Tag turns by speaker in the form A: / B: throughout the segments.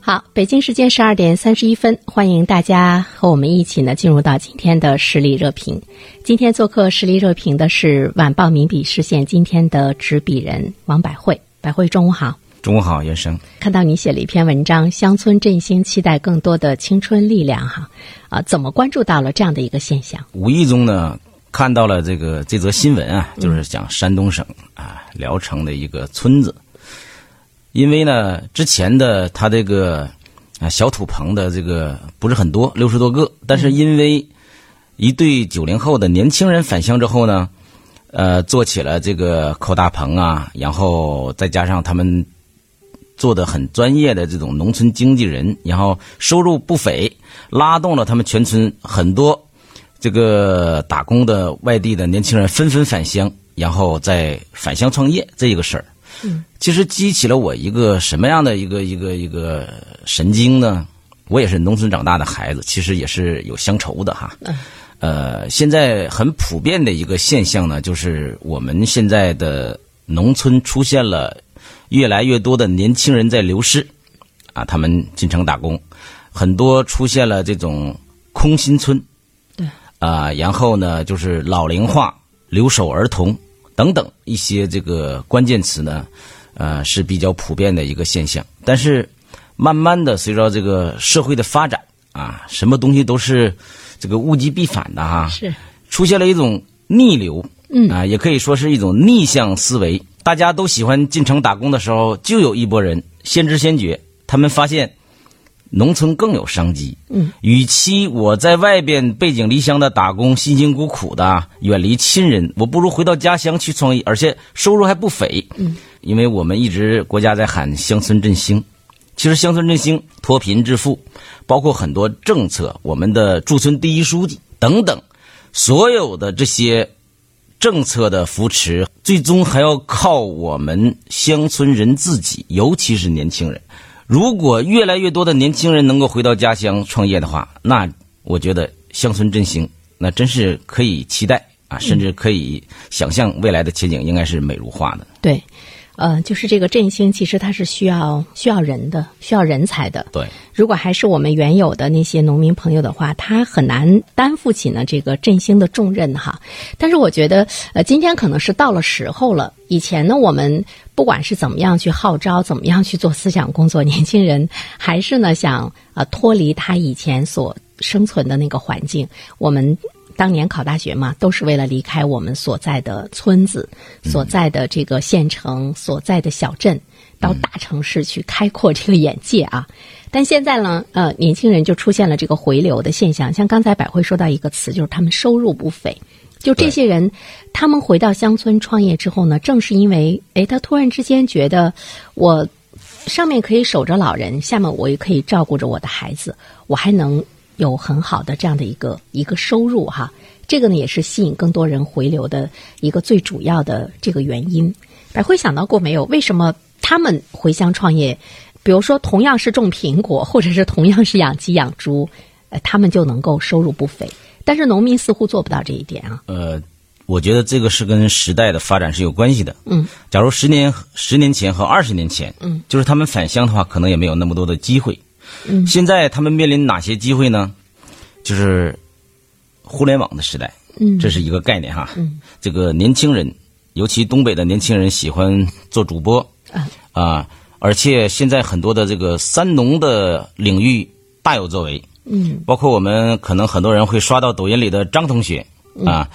A: 好，北京时间十二点三十一分，欢迎大家和我们一起呢进入到今天的实力热评。今天做客实力热评的是晚报名笔视线今天的执笔人王百惠。百惠，中午好。
B: 中午好，袁生。
A: 看到你写了一篇文章《乡村振兴期待更多的青春力量》哈，啊，怎么关注到了这样的一个现象？
B: 无意中呢看到了这个这则新闻啊，就是讲山东省啊聊城的一个村子。因为呢，之前的他这个啊小土棚的这个不是很多，六十多个，但是因为一对九零后的年轻人返乡之后呢，呃，做起了这个扣大棚啊，然后再加上他们做的很专业的这种农村经纪人，然后收入不菲，拉动了他们全村很多这个打工的外地的年轻人纷纷返乡，然后再返乡创业这个事儿。其实激起了我一个什么样的一个一个一个神经呢？我也是农村长大的孩子，其实也是有乡愁的哈。呃，现在很普遍的一个现象呢，就是我们现在的农村出现了越来越多的年轻人在流失，啊，他们进城打工，很多出现了这种空心村，
A: 对，
B: 啊，然后呢就是老龄化、留守儿童等等一些这个关键词呢，呃是比较普遍的一个现象。但是慢慢的随着这个社会的发展啊，什么东西都是这个物极必反的哈、
A: 是
B: 出现了一种逆流，嗯啊，也可以说是一种逆向思维。大家都喜欢进城打工的时候，就有一拨人先知先觉，他们发现农村更有商机。嗯，与其我在外边背井离乡的打工，辛辛苦苦的远离亲人，我不如回到家乡去创业，而且收入还不菲。嗯，因为我们一直国家在喊乡村振兴，其实乡村振兴、脱贫致富，包括很多政策，我们的驻村第一书记等等，所有的这些政策的扶持，最终还要靠我们乡村人自己，尤其是年轻人。如果越来越多的年轻人能够回到家乡创业的话，那我觉得乡村振兴那真是可以期待啊，甚至可以想象未来的前景应该是美如画的。
A: 对，呃，就是这个振兴，其实它是需要需要人的，需要人才的。
B: 对，
A: 如果还是我们原有的那些农民朋友的话，他很难担负起呢这个振兴的重任哈。但是我觉得，呃，今天可能是到了时候了。以前呢，我们不管是怎么样去号召，怎么样去做思想工作，年轻人还是呢想呃脱离他以前所生存的那个环境，我们。当年考大学嘛，都是为了离开我们所在的村子、所在的这个县城、所在的小镇，到大城市去开阔这个眼界啊。但现在呢，呃，年轻人就出现了这个回流的现象。像刚才百惠说到一个词，就是他们收入不菲。就这些人，他们回到乡村创业之后呢，正是因为，哎，他突然之间觉得我上面可以守着老人，下面我也可以照顾着我的孩子，我还能有很好的这样的一个一个收入哈。这个呢，也是吸引更多人回流的一个最主要的这个原因。百惠想到过没有？为什么他们回乡创业？比如说，同样是种苹果，或者是同样是养鸡养猪，呃，他们就能够收入不菲。但是农民似乎做不到这一点啊。
B: 呃，我觉得这个是跟时代的发展是有关系的。嗯，假如十年十年前和二十年前，嗯，就是他们返乡的话，可能也没有那么多的机会。嗯，现在他们面临哪些机会呢？就是互联网的时代，嗯，这是一个概念哈。嗯，这个年轻人，尤其东北的年轻人喜欢做主播啊、而且现在很多的这个三农的领域大有作为。嗯，包括我们可能很多人会刷到抖音里的张同学啊，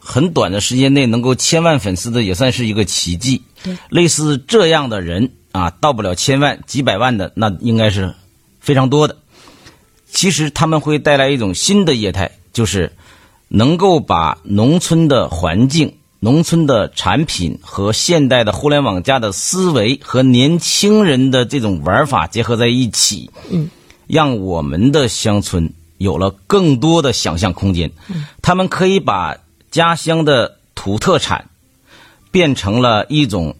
B: 很短的时间内能够千万粉丝的也算是一个奇迹。类似这样的人啊，到不了千万、几百万的，那应该是非常多的。其实他们会带来一种新的业态，就是能够把农村的环境、农村的产品和现代的互联网加的思维和年轻人的这种玩法结合在一起，
A: 嗯，
B: 让我们的乡村有了更多的想象空间。他们可以把家乡的土特产变成了一种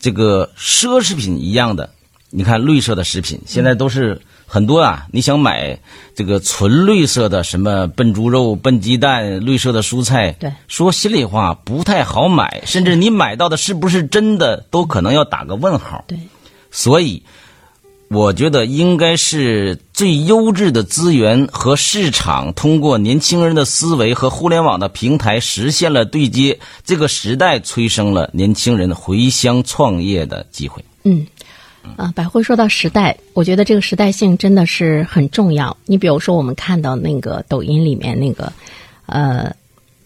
B: 这个奢侈品一样的，你看绿色的食品，现在都是很多啊。你想买这个纯绿色的什么笨猪肉、笨鸡蛋、绿色的蔬菜，
A: 对
B: 说心里话不太好买，甚至你买到的是不是真的，都可能要打个问号。
A: 对，
B: 所以，我觉得应该是最优质的资源和市场，通过年轻人的思维和互联网的平台实现了对接。这个时代催生了年轻人回乡创业的机会。
A: 嗯，呃，百惠说到时代，我觉得这个时代性真的是很重要。你比如说，我们看到那个抖音里面那个，呃，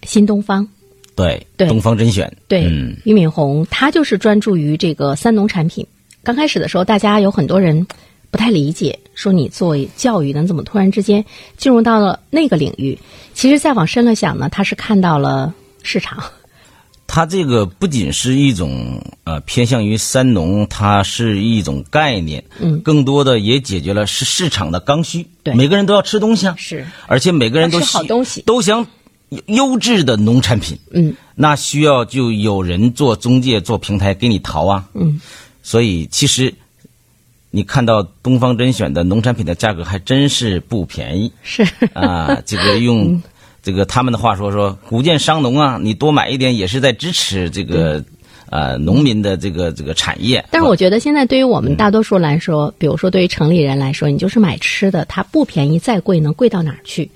A: 新东方，
B: 对，
A: 对
B: 东方甄选，
A: 对，
B: 嗯，
A: 俞敏洪他就是专注于这个三农产品。刚开始的时候，大家有很多人不太理解，说你做教育呢，怎么突然之间进入到了那个领域？其实再往深了想呢，他是看到了市场，
B: 它这个不仅是一种呃偏向于三农，它是一种概念，
A: 嗯
B: 更多的也解决了市市场的刚需，
A: 对
B: 每个人都要吃东西啊，
A: 是
B: 而且每个人都
A: 要吃好
B: 需
A: 东西
B: 都想优优质的农产品，
A: 嗯，
B: 那需要就有人做中介、做平台给你淘啊，
A: 嗯，
B: 所以其实你看到东方甄选的农产品的价格还真是不便宜，
A: 是
B: 啊，这个用这个他们的话说说，古建商农啊，你多买一点也是在支持这个呃农民的这个这个产业。
A: 但是我觉得现在对于我们大多数来说，比如说对于城里人来说，你就是买吃的，它不便宜再贵能贵到哪儿去？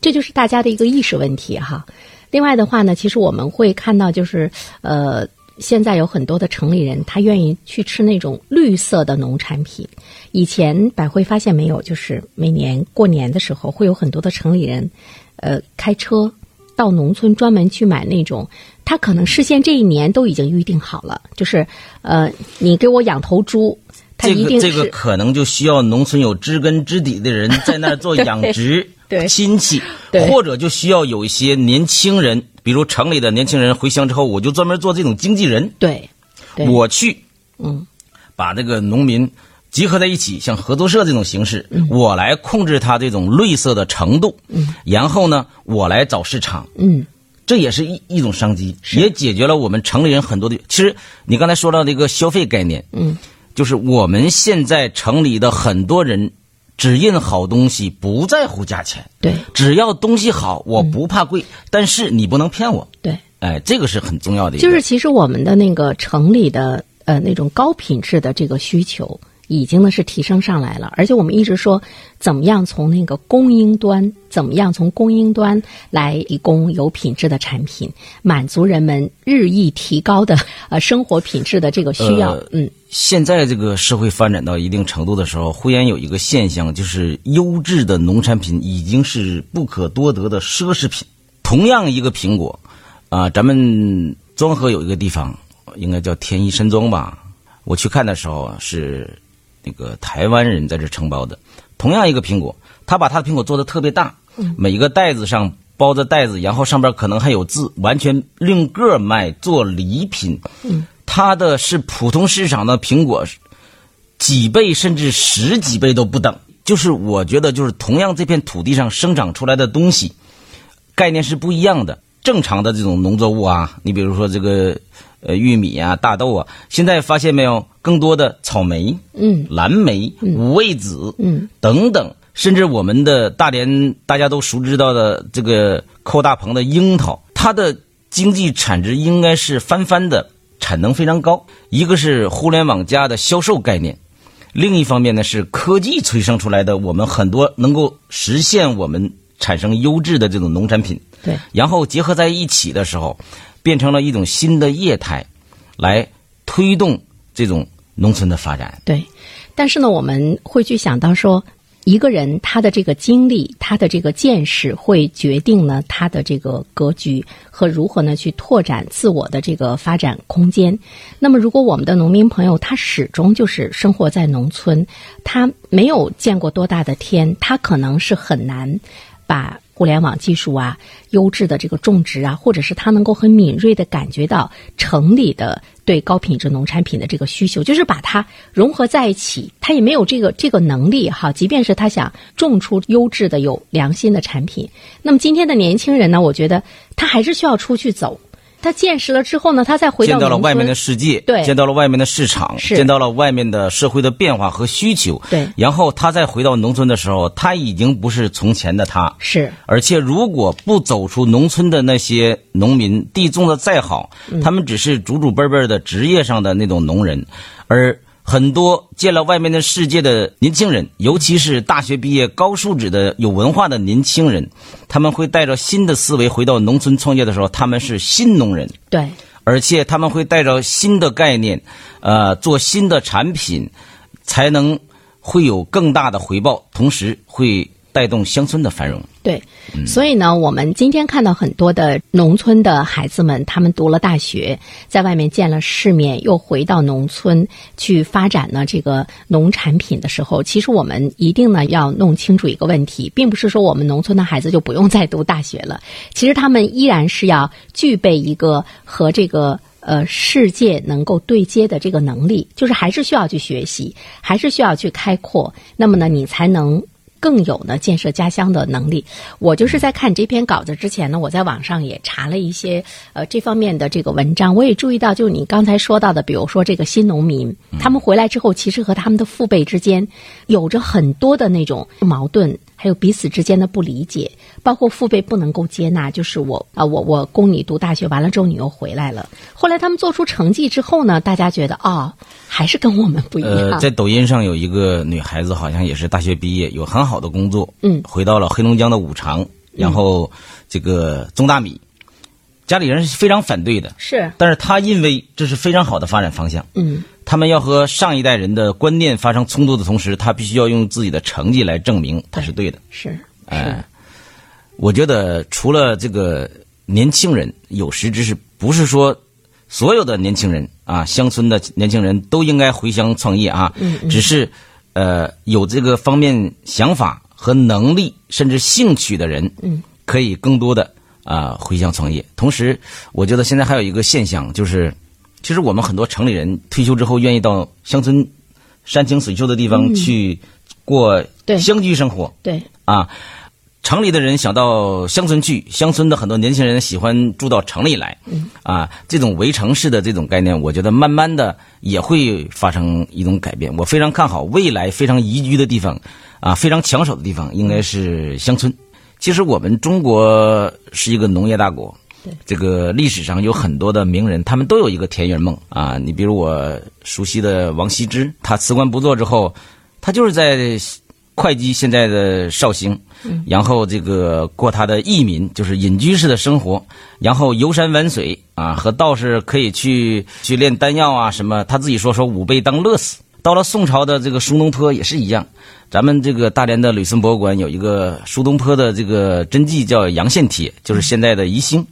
A: 这就是大家的一个意识问题哈。另外的话呢，其实我们会看到，就是呃，现在有很多的城里人，他愿意去吃那种绿色的农产品。以前百惠发现没有，就是每年过年的时候，会有很多的城里人，呃，开车到农村专门去买那种，他可能事先这一年都已经预定好了，就是呃，你给我养头猪，他
B: 这
A: 一
B: 个
A: 定是、
B: 这个可能就需要农村有知根知底的人在那儿做养殖，
A: 对
B: 亲戚，
A: 对
B: 或者就需要有一些年轻人，比如城里的年轻人回乡之后，我就专门做这种经纪人，
A: 对，对
B: 我去
A: 嗯
B: 把这个农民集合在一起，像合作社这种形式，
A: 嗯
B: 我来控制它这种绿色的程度，然后呢，我来找市场，
A: 嗯
B: 这也是一一种商机，也解决了我们城里人很多的。其实你刚才说到的一个消费概念，
A: 嗯，
B: 就是我们现在城里的很多人只认好东西，不在乎价钱，
A: 对
B: 只要东西好，我不怕贵，但是你不能骗我。
A: 对。
B: 哎，这个是很重要的一个，
A: 就是其实我们的那个城里的呃那种高品质的这个需求，已经呢是提升上来了，而且我们一直说怎么样从那个供应端，怎么样从供应端来提供有品质的产品，满足人们日益提高的呃生活品质的这个需要。
B: 呃
A: 嗯，
B: 现在这个社会发展到一定程度的时候，忽然有一个现象，就是优质的农产品已经是不可多得的奢侈品。同样一个苹果，啊、咱们庄河有一个地方，应该叫天一山庄吧。我去看的时候啊是那个台湾人在这承包的，同样一个苹果，他把他的苹果做的特别大，
A: 嗯
B: 每一个袋子上包着袋子，然后上边可能还有字，完全另个儿卖做礼品。嗯，它的是普通市场的苹果几倍甚至十几倍都不等。就是我觉得，就是同样这片土地上生长出来的东西，概念是不一样的。正常的这种农作物啊，你比如说这个呃玉米啊、大豆啊，现在发现没有，更多的草莓、
A: 嗯，
B: 蓝莓、五味子，
A: 嗯，
B: 等等，甚至我们的大连大家都熟知到的这个寇大棚的樱桃，它的经济产值应该是翻番的，产能非常高。一个是互联网加的销售概念，另一方面呢是科技催生出来的，我们很多能够实现我们产生优质的这种农产品，
A: 对，
B: 然后结合在一起的时候，变成了一种新的业态，来推动这种农村的发展。
A: 对，但是呢，我们会去想到说，一个人他的这个经历、他的这个见识，会决定呢他的这个格局和如何呢去拓展自我的这个发展空间。那么，如果我们的农民朋友他始终就是生活在农村，他没有见过多大的天，他可能是很难。把互联网技术啊、优质的这个种植啊，或者是他能够很敏锐的感觉到城里的对高品质农产品的这个需求，就是把它融合在一起。他也没有这个这个能力哈，即便是他想种出优质的、有良心的产品，那么今天的年轻人呢，我觉得他还是需要出去走。他见识了之后呢，他再回到
B: 见到了
A: 农
B: 外面
A: 村
B: 的世界，
A: 对
B: 见到了外面的市场，
A: 是
B: 见到了外面的社会的变化和需求，
A: 对
B: 然后他再回到农村的时候，他已经不是从前的他，
A: 是
B: 而且如果不走出农村的那些农民，地种的再好，
A: 嗯
B: 他们只是祖祖辈辈的职业上的那种农人，而。很多见了外面的世界的年轻人，尤其是大学毕业、高素质的、有文化的年轻人，他们会带着新的思维回到农村创业的时候，他们是新农人。
A: 对。
B: 而且他们会带着新的概念，呃，做新的产品，才能会有更大的回报，同时会带动乡村的繁荣。
A: 对，所以呢，我们今天看到很多的农村的孩子们，他们读了大学，在外面见了世面，又回到农村去发展呢这个农产品的时候，其实我们一定呢要弄清楚一个问题，并不是说我们农村的孩子就不用再读大学了，其实他们依然是要具备一个和这个。呃，世界能够对接的这个能力，就是还是需要去学习，还是需要去开阔。那么呢，你才能更有呢建设家乡的能力。我就是在看这篇稿子之前呢，我在网上也查了一些呃这方面的这个文章，我也注意到，就是你刚才说到的，比如说这个新农民，
B: 嗯
A: 他们回来之后，其实和他们的父辈之间有着很多的那种矛盾。还有彼此之间的不理解，包括父辈不能够接纳，就是我啊、我我供你读大学，完了之后你又回来了。后来他们做出成绩之后呢，大家觉得哦，还是跟我们不一样。
B: 呃，在抖音上有一个女孩子，好像也是大学毕业，有很好的工作，
A: 嗯
B: 回到了黑龙江的五常，然后这个种大米，家里人是非常反对的，
A: 是，
B: 但是她因为这是非常好的发展方向，
A: 嗯，
B: 他们要和上一代人的观念发生冲突的同时，他必须要用自己的成绩来证明他是对的。
A: 是，是。
B: 哎我觉得除了这个年轻人有识之士，不是说所有的年轻人啊，乡村的年轻人都应该回乡创业啊，只是呃有这个方面想法和能力，甚至兴趣的人，嗯，可以更多的啊、回乡创业。同时，我觉得现在还有一个现象就是，其实我们很多城里人退休之后愿意到乡村山清水秀的地方去过
A: 对
B: 乡居生活，
A: 对，
B: 啊，城里的人想到乡村去，乡村的很多年轻人喜欢住到城里来，啊，这种围城式的这种概念，我觉得慢慢的也会发生一种改变。我非常看好未来非常宜居的地方，啊，非常抢手的地方应该是乡村。其实我们中国是一个农业大国。这个历史上有很多的名人，他们都有一个田园梦啊。你比如我熟悉的王羲之，他辞官不做之后，他就是在会稽现在的绍兴，然后这个过他的逸民，就是隐居式的生活，然后游山玩水啊，和道士可以去去炼丹药啊什么。他自己说说吾辈当乐死。到了宋朝的这个苏东坡也是一样，咱们这个大连的吕森博物馆有一个苏东坡的这个真迹叫洋县帖，就是现在的宜兴。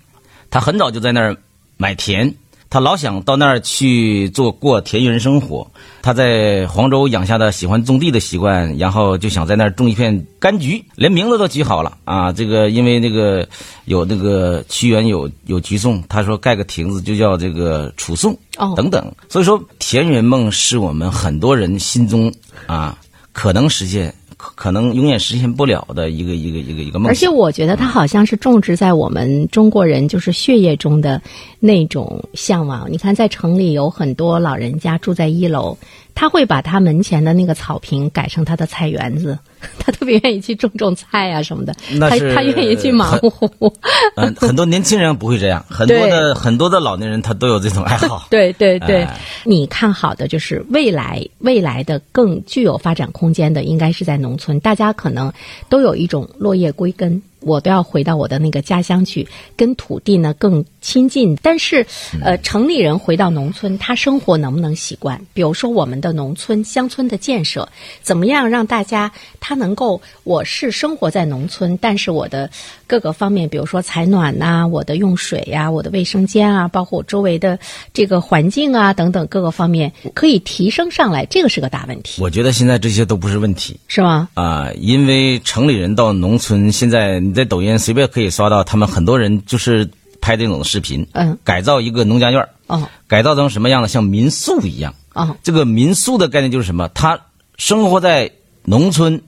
B: 他很早就在那儿买田，他老想到那儿去做过田园生活。他在黄州养下的喜欢种地的习惯，然后就想在那儿种一片柑橘，连名字都起好了啊！这个因为那个有那个屈原有有橘颂，他说盖个亭子就叫这个楚颂
A: 哦
B: 等等。所以说，田园梦是我们很多人心中啊可能实现。可可能永远实现不了的一个一个一个一个梦想，
A: 而且我觉得它好像是种植在我们中国人就是血液中的那种向往。你看，在城里有很多老人家住在一楼，他会把他门前的那个草坪改成他的菜园子， 他特别愿意去种种菜啊什么的，
B: 那
A: 他
B: 是
A: 他愿意去忙活。。
B: 嗯，很多年轻人不会这样，很多的很多的老年人他都有这种爱好
A: 对对对，
B: 哎
A: 你看好的就是未来未来的更具有发展空间的，应该是在农村，大家可能都有一种落叶归根。我都要回到我的那个家乡去，跟土地呢更亲近。但是，呃，城里人回到农村，他生活能不能习惯？比如说我们的农村、乡村的建设，怎么样让大家他能够，我是生活在农村，但是我的各个方面，比如说采暖呐、我的用水呀、我的卫生间啊，包括我周围的这个环境啊等等各个方面，可以提升上来，这个是个大问题，
B: 我觉得现在这些都不是问题
A: 是吗？
B: 啊、因为城里人到农村，现在你在抖音随便可以刷到，他们很多人就是拍这种视频，
A: 嗯，
B: 改造一个农家院儿，
A: 哦
B: 改造成什么样的，像民宿一样。
A: 哦，
B: 这个民宿的概念就是什么？他生活在农村，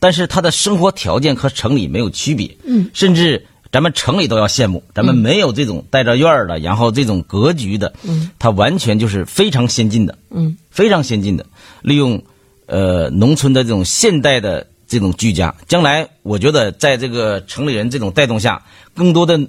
B: 但是他的生活条件和城里没有区别。嗯，甚至咱们城里都要羡慕，咱们没有这种带着院儿的，然后这种格局的。嗯，它完全就是非常先进的。嗯，非常先进的，利用呃农村的这种现代的这种居家，将来我觉得在这个城里人这种带动下，更多的。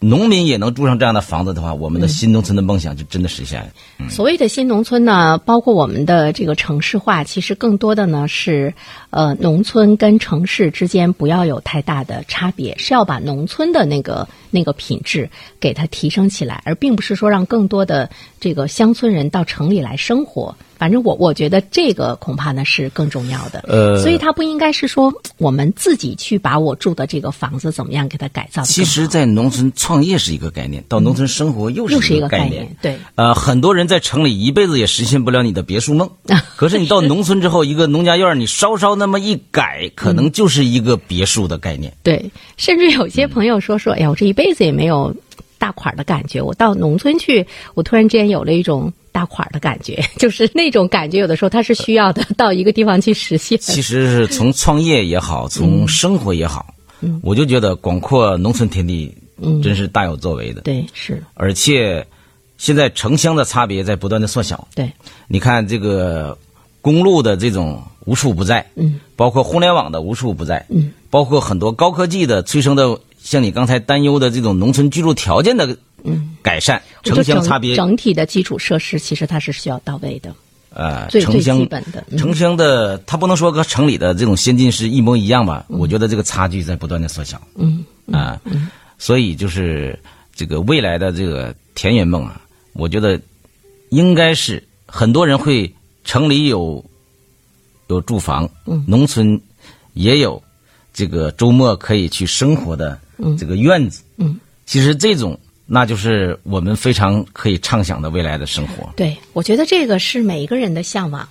B: 农民也能住上这样的房子的话，我们的新农村的梦想就真的实现了。
A: 所谓的新农村呢，包括我们的这个城市化，其实更多的呢是，呃，农村跟城市之间不要有太大的差别，是要把农村的那个那个品质给它提升起来，而并不是说让更多的这个乡村人到城里来生活。反正我我觉得这个恐怕呢是更重要的，
B: 呃
A: 所以它不应该是说我们自己去把我住的这个房子怎么样给它改造得更好。
B: 其实，在农村创业是一个概念，到农村生活又
A: 嗯又
B: 是
A: 是一个
B: 概
A: 概念，对，
B: 呃，很多人在城里一辈子也实现不了你的别墅梦，
A: 啊
B: 可是你到农村之后，一个农家院儿，你稍稍那么一改，可能就是一个别墅的概念。
A: 对，甚至有些朋友
B: 嗯
A: 说说，哎呀，我这一辈子也没有大款儿的感觉，我到农村去，我突然之间有了一种大款儿的感觉， 就是那种感觉，有的时候它是需要的，到一个地方去实现。
B: 其实是从创业也
A: 嗯
B: 好，从生活也好，我就觉得广阔农村天地真是大有作为的，
A: 嗯对，是，
B: 而且现在城乡的差别在不断的缩小。
A: 对，
B: 你看这个公路的这种无处不在，嗯，包括互联网的无处不在，嗯，包括很多高科技的催生的，像你刚才担忧的这种农村居住条件的，嗯，改善，
A: 我就
B: 城乡差别，
A: 整整体的基础设施其实它是需要到位的。
B: 呃，
A: 最
B: 城
A: 最
B: 乡
A: 基本的嗯
B: 城乡的，它不能说和城里的这种先进是一模一样吧？我觉得这个差距在不断的缩小，嗯啊，所以就是这个未来的这个田园梦啊，我觉得应该是很多人会城里有有住房，农村也有这个周末可以去生活的这个院子，嗯，其实这种那就是我们非常可以畅想的未来的生活。
A: 对，我觉得这个是每一个人的向往，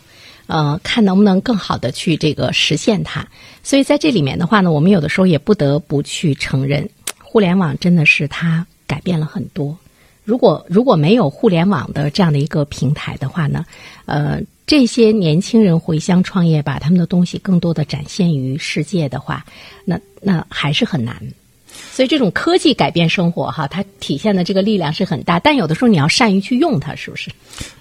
A: 呃，看能不能更好的去这个实现它。所以在这里面的话呢，我们有的时候也不得不去承认，互联网真的是它改变了很多。如果如果没有互联网的这样的一个平台的话呢，呃，这些年轻人回乡创业，把他们的东西更多的展现于世界的话，那那还是很难。所以这种科技改变生活哈，它体现的这个力量是很大，但有的时候你要善于去用它，是不是？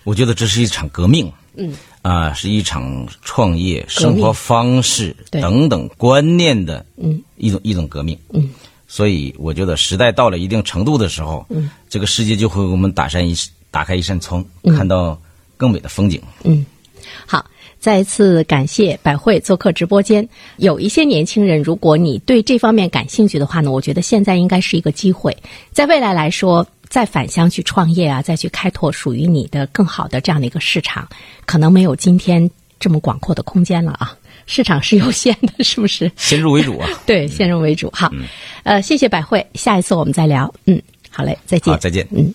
B: 我觉得这是一场革命，嗯，啊、是一场创业、
A: 革命
B: 生活方式
A: 对
B: 等等观念的，嗯，一种一种革命，嗯，所以我觉得时代到了一定程度的时候，嗯，这个世界就会给我们打扇一打开一扇窗，看到更美的风景。
A: 好，再一次感谢百惠做客直播间。有一些年轻人，如果你对这方面感兴趣的话呢，我觉得现在应该是一个机会，在未来来说。再返乡去创业啊，再去开拓属于你的更好的这样的一个市场，可能没有今天这么广阔的空间了啊。市场是有限的，是不是？
B: 先入为主 啊，
A: 对，先入为主。好，呃，谢谢百惠，下一次我们再聊。嗯，好嘞，再见。
B: 好，再见。
A: 嗯。